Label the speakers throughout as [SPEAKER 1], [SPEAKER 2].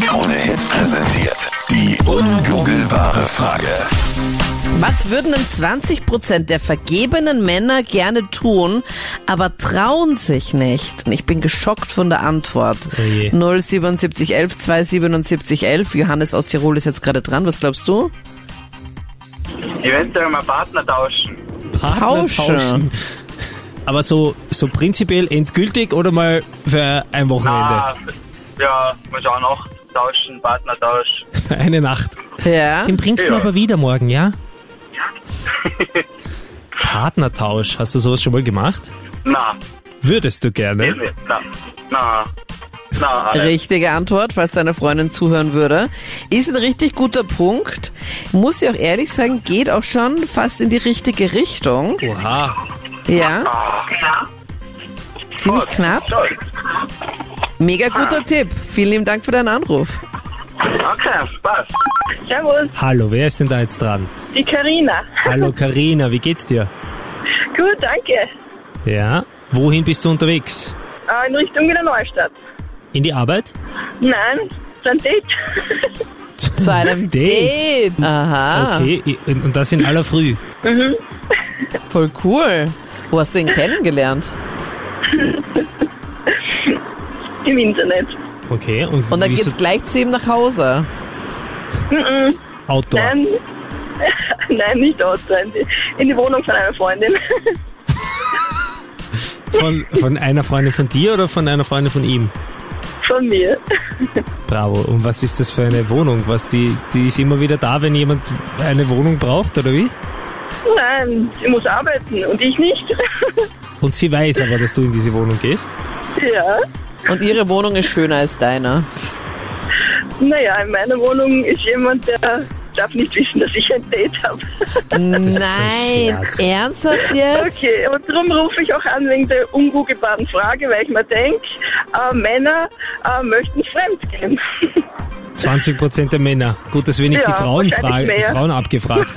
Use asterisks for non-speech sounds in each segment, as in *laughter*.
[SPEAKER 1] Krone Hits präsentiert die ungoogelbare Frage.
[SPEAKER 2] Was würden denn 20% der vergebenen Männer gerne tun, aber trauen sich nicht? Und ich bin geschockt von der Antwort.
[SPEAKER 3] Oh je.
[SPEAKER 2] 07711 27711. Johannes aus Tirol ist jetzt gerade dran. Was glaubst du?
[SPEAKER 4] Eventuell mal Partner tauschen.
[SPEAKER 3] Partner
[SPEAKER 2] Tauschen.
[SPEAKER 3] Aber so, so prinzipiell endgültig oder mal für ein Wochenende?
[SPEAKER 4] Ah, ja, muss auch noch tauschen, Partner tauschen.
[SPEAKER 3] Für *laughs* eine Nacht.
[SPEAKER 2] Ja.
[SPEAKER 3] Den bringst du
[SPEAKER 4] Ja.
[SPEAKER 3] aber wieder morgen, ja?
[SPEAKER 4] *laughs*
[SPEAKER 3] Partnertausch, hast du sowas schon mal gemacht?
[SPEAKER 4] Na,
[SPEAKER 3] Würdest du gerne?
[SPEAKER 4] eben nicht. Na, na, na, alle.
[SPEAKER 2] Richtige Antwort, falls deine Freundin zuhören würde. Ist ein richtig guter Punkt. Muss ich auch ehrlich sagen, geht auch schon fast in die richtige Richtung.
[SPEAKER 3] Oha.
[SPEAKER 2] Ja,
[SPEAKER 4] Ah,
[SPEAKER 2] ziemlich knapp.
[SPEAKER 4] toll.
[SPEAKER 2] Mega guter Tipp. Vielen lieben Dank für deinen Anruf.
[SPEAKER 4] Okay, passt.
[SPEAKER 5] Servus,
[SPEAKER 3] Hallo, wer ist denn da jetzt dran?
[SPEAKER 5] die Karina.
[SPEAKER 3] Hallo Karina, wie geht's dir?
[SPEAKER 5] Gut, danke.
[SPEAKER 3] Ja, wohin bist du unterwegs?
[SPEAKER 5] Äh, in Richtung Wiener Neustadt.
[SPEAKER 3] In die Arbeit?
[SPEAKER 5] Nein, sein Date.
[SPEAKER 2] Zu
[SPEAKER 3] *laughs*
[SPEAKER 2] einem Date. Aha,
[SPEAKER 3] Okay, i- und das in aller Früh.
[SPEAKER 2] voll cool. Wo hast du ihn kennengelernt?
[SPEAKER 5] Im Internet.
[SPEAKER 3] Okay, und,
[SPEAKER 2] Und dann
[SPEAKER 3] wieso
[SPEAKER 2] geht's gleich zu ihm nach Hause.
[SPEAKER 3] Outdoor?
[SPEAKER 4] Ähm,
[SPEAKER 5] Nein, *laughs* nein, nicht dort sein. In die Wohnung von einer Freundin. *laughs*
[SPEAKER 3] Von, von einer Freundin von dir oder von einer Freundin von ihm?
[SPEAKER 5] Von mir.
[SPEAKER 3] Bravo. Und was ist das für eine Wohnung? Was, die, die ist immer wieder da, wenn jemand eine Wohnung braucht, oder wie?
[SPEAKER 5] Nein, sie muss arbeiten und ich nicht. *laughs*
[SPEAKER 3] Und sie weiß aber, dass du in diese Wohnung gehst?
[SPEAKER 5] Ja.
[SPEAKER 2] Und ihre Wohnung ist schöner als deine.
[SPEAKER 5] Naja, in meiner Wohnung ist jemand, der darf nicht wissen, dass ich ein Date *laughs* habe.
[SPEAKER 3] ist ein
[SPEAKER 2] Nein,
[SPEAKER 3] Scherz.
[SPEAKER 2] ernsthaft jetzt?
[SPEAKER 5] Okay, und darum rufe ich auch an wegen der ungoogelbaren Frage, weil ich mir denke, äh, Männer äh, möchten fremd gehen. *laughs*
[SPEAKER 3] 20 Prozent der Männer. Gut, dass wir nicht
[SPEAKER 5] Ja,
[SPEAKER 3] die, Frauen
[SPEAKER 5] wahrscheinlich
[SPEAKER 3] frage, die
[SPEAKER 5] mehr.
[SPEAKER 3] Frauen abgefragt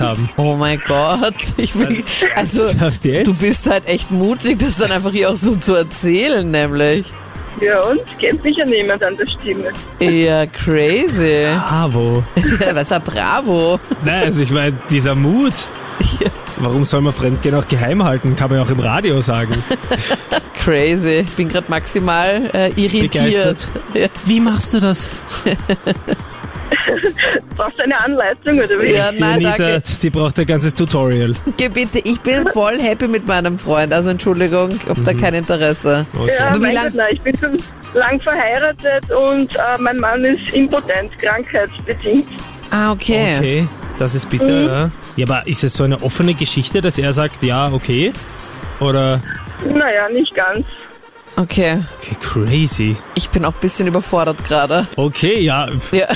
[SPEAKER 2] *laughs*
[SPEAKER 3] haben. *laughs*
[SPEAKER 2] Oh mein Gott, ich bin, also,
[SPEAKER 3] Ernsthaft jetzt?
[SPEAKER 2] du bist halt echt mutig, das dann einfach hier auch so zu erzählen, nämlich.
[SPEAKER 5] Ja, und kennt mich ja niemand an der Stimme.
[SPEAKER 2] Ja, crazy.
[SPEAKER 3] *laughs* Bravo.
[SPEAKER 2] Ja, was er bravo.
[SPEAKER 3] Nein, also ich meine, dieser Mut.
[SPEAKER 2] Ja,
[SPEAKER 3] Warum soll man Fremdgehen auch geheim halten? Kann man ja auch im
[SPEAKER 2] *laughs*
[SPEAKER 3] Radio sagen.
[SPEAKER 2] crazy. Ich bin gerade maximal äh, irritiert.
[SPEAKER 3] Begeistert. Wie machst du das?
[SPEAKER 5] Brauchst du eine Anleitung oder wie?
[SPEAKER 2] Ja,
[SPEAKER 3] die,
[SPEAKER 2] nein,
[SPEAKER 3] Anita,
[SPEAKER 2] danke.
[SPEAKER 3] die braucht ein ganzes Tutorial.
[SPEAKER 2] Geh bitte, ich bin voll happy mit meinem Freund. Also Entschuldigung, ich hab da
[SPEAKER 3] Mhm.
[SPEAKER 2] kein Interesse.
[SPEAKER 3] Okay.
[SPEAKER 5] Ja,
[SPEAKER 2] Aber wie
[SPEAKER 5] mein
[SPEAKER 2] lang-
[SPEAKER 5] Gott, nein, ich bin schon lang verheiratet und äh, mein Mann ist impotent, krankheitsbedingt.
[SPEAKER 2] Ah, okay.
[SPEAKER 3] Okay, das ist bitter,
[SPEAKER 2] Mhm.
[SPEAKER 3] ja. Ja, aber ist es so eine offene Geschichte, dass er sagt, ja, okay? Oder,
[SPEAKER 5] Naja, nicht ganz.
[SPEAKER 2] Okay.
[SPEAKER 3] okay, crazy.
[SPEAKER 2] Ich bin auch ein bisschen überfordert gerade.
[SPEAKER 3] Okay, ja, f-
[SPEAKER 2] Ja.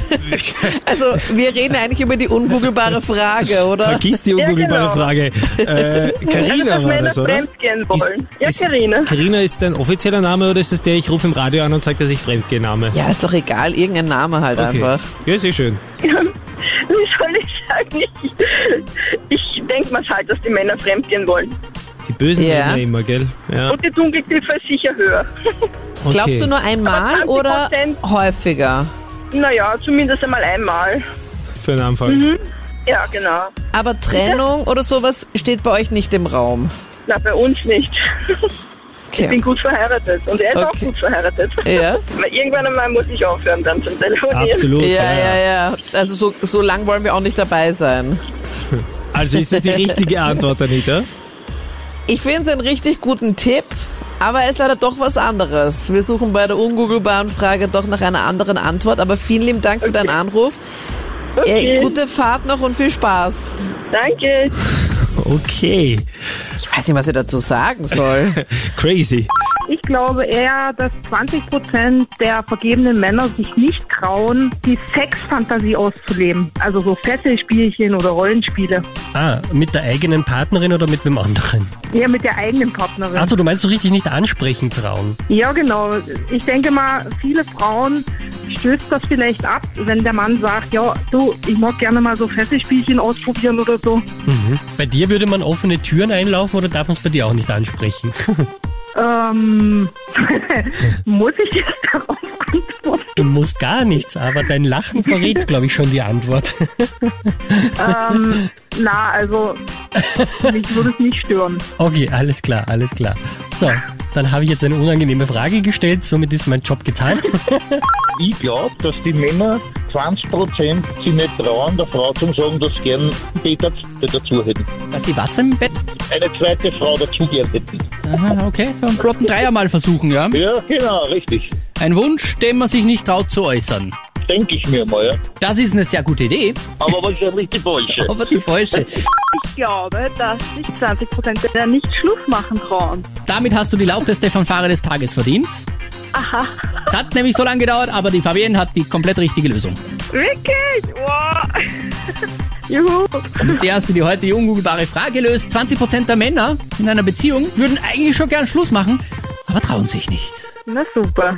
[SPEAKER 2] Also wir reden eigentlich über die ungoogelbare Frage, oder?
[SPEAKER 3] vergiss die ungoogelbare
[SPEAKER 5] genau.
[SPEAKER 3] Frage.
[SPEAKER 2] *laughs*
[SPEAKER 3] Äh, Carina
[SPEAKER 5] also, dass
[SPEAKER 3] war
[SPEAKER 5] Männer
[SPEAKER 3] das, oder?
[SPEAKER 5] fremd gehen wollen. ja,
[SPEAKER 3] ist-
[SPEAKER 5] Karina.
[SPEAKER 3] Carina ist dein offizieller Name oder ist es der, ich rufe im Radio an und sage, dass ich Fremdgename?
[SPEAKER 2] Ja, ist doch egal, irgendein Name halt
[SPEAKER 3] okay.
[SPEAKER 2] einfach.
[SPEAKER 3] Ja, sehr schön.
[SPEAKER 5] *laughs* Wie soll ich sagen? Ich, ich denke mal halt, dass die Männer fremd gehen wollen.
[SPEAKER 3] Die bösen
[SPEAKER 2] Ja.
[SPEAKER 3] Männer immer, gell? Ja.
[SPEAKER 5] Und die Dunkelziffer ist sicher höher. *laughs*
[SPEAKER 3] Okay.
[SPEAKER 2] Glaubst du nur einmal
[SPEAKER 5] Aber
[SPEAKER 2] oder
[SPEAKER 5] 20%
[SPEAKER 2] häufiger?
[SPEAKER 5] Naja, zumindest einmal einmal.
[SPEAKER 3] Für den Anfang.
[SPEAKER 2] Mhm.
[SPEAKER 5] Ja, genau.
[SPEAKER 2] Aber Trennung oder sowas steht bei euch nicht im Raum.
[SPEAKER 5] Na, bei uns nicht. *laughs* Ich bin
[SPEAKER 2] Okay.
[SPEAKER 5] gut verheiratet und er ist auch
[SPEAKER 2] Okay.
[SPEAKER 5] gut verheiratet.
[SPEAKER 2] Ja.
[SPEAKER 5] Weil irgendwann einmal muss ich aufhören dann zum Telefonieren.
[SPEAKER 3] Absolut.
[SPEAKER 2] Ja, ja, ja. Also so, so lang wollen wir auch nicht dabei sein.
[SPEAKER 3] Also ist das die richtige Antwort,
[SPEAKER 2] *laughs*
[SPEAKER 3] Anita?
[SPEAKER 2] Ich finde es einen richtig guten Tipp, aber es ist leider doch was anderes. Wir suchen bei der ungoogelbaren Frage doch nach einer anderen Antwort, aber vielen lieben Dank für deinen Anruf.
[SPEAKER 5] Okay,
[SPEAKER 2] Äh, gute Fahrt noch und viel Spaß.
[SPEAKER 5] danke.
[SPEAKER 3] Okay,
[SPEAKER 2] Ich weiß nicht, was ich dazu sagen *laughs* soll.
[SPEAKER 3] crazy.
[SPEAKER 6] Ich glaube eher, dass 20 Prozent der vergebenen Männer sich nicht trauen, die Sexfantasie auszuleben. Also so Fesselspielchen oder Rollenspiele.
[SPEAKER 7] Ah, mit der eigenen Partnerin oder mit wem anderen?
[SPEAKER 6] Eher mit der eigenen Partnerin.
[SPEAKER 7] Also du meinst so richtig nicht ansprechen trauen.
[SPEAKER 6] Ja, genau. Ich denke mal, viele Frauen stößt das vielleicht ab, wenn der Mann sagt, ja, du, ich mag gerne mal so Fesselspielchen ausprobieren oder so.
[SPEAKER 7] Bei dir würde man offene Türen einlaufen oder darf man es bei dir auch nicht ansprechen?
[SPEAKER 6] *laughs*
[SPEAKER 5] Ähm, muss ich jetzt darauf antworten?
[SPEAKER 3] Du musst gar nichts, aber dein Lachen verrät, glaube ich, schon die Antwort. *laughs*
[SPEAKER 5] Ähm, na, also, mich würde es nicht stören.
[SPEAKER 3] Okay, alles klar, alles klar. So, dann habe ich jetzt eine unangenehme Frage gestellt, somit ist mein Job getan.
[SPEAKER 8] Ich glaube, dass die Männer 20% sich nicht trauen, der Frau zu sagen, dass sie gern Peter dazu hätten.
[SPEAKER 9] Dass sie was im Bett?
[SPEAKER 8] Eine zweite Frau dazu gern hätten.
[SPEAKER 9] Aha, okay, so einen flotten Dreier mal versuchen, ja?
[SPEAKER 8] Ja, genau, richtig.
[SPEAKER 9] Ein Wunsch, den man sich nicht traut zu äußern.
[SPEAKER 8] Denke ich mir mal, ja.
[SPEAKER 9] Das ist eine sehr gute Idee,
[SPEAKER 8] Aber wahrscheinlich die falsche.
[SPEAKER 9] aber die falsche.
[SPEAKER 5] Ich glaube, dass sich 20% der nicht Schluss machen trauen.
[SPEAKER 9] Damit hast du die lauteste Fanfare des Tages verdient.
[SPEAKER 5] Aha.
[SPEAKER 9] Es hat nämlich so lange gedauert, aber die Fabienne hat die komplett richtige Lösung.
[SPEAKER 5] Wirklich? Wow. *laughs* Juhu.
[SPEAKER 9] Du bist die Erste, die heute die ungooglebare Frage löst. 20% der Männer in einer Beziehung würden eigentlich schon gern Schluss machen, aber trauen sich nicht.
[SPEAKER 5] Na super.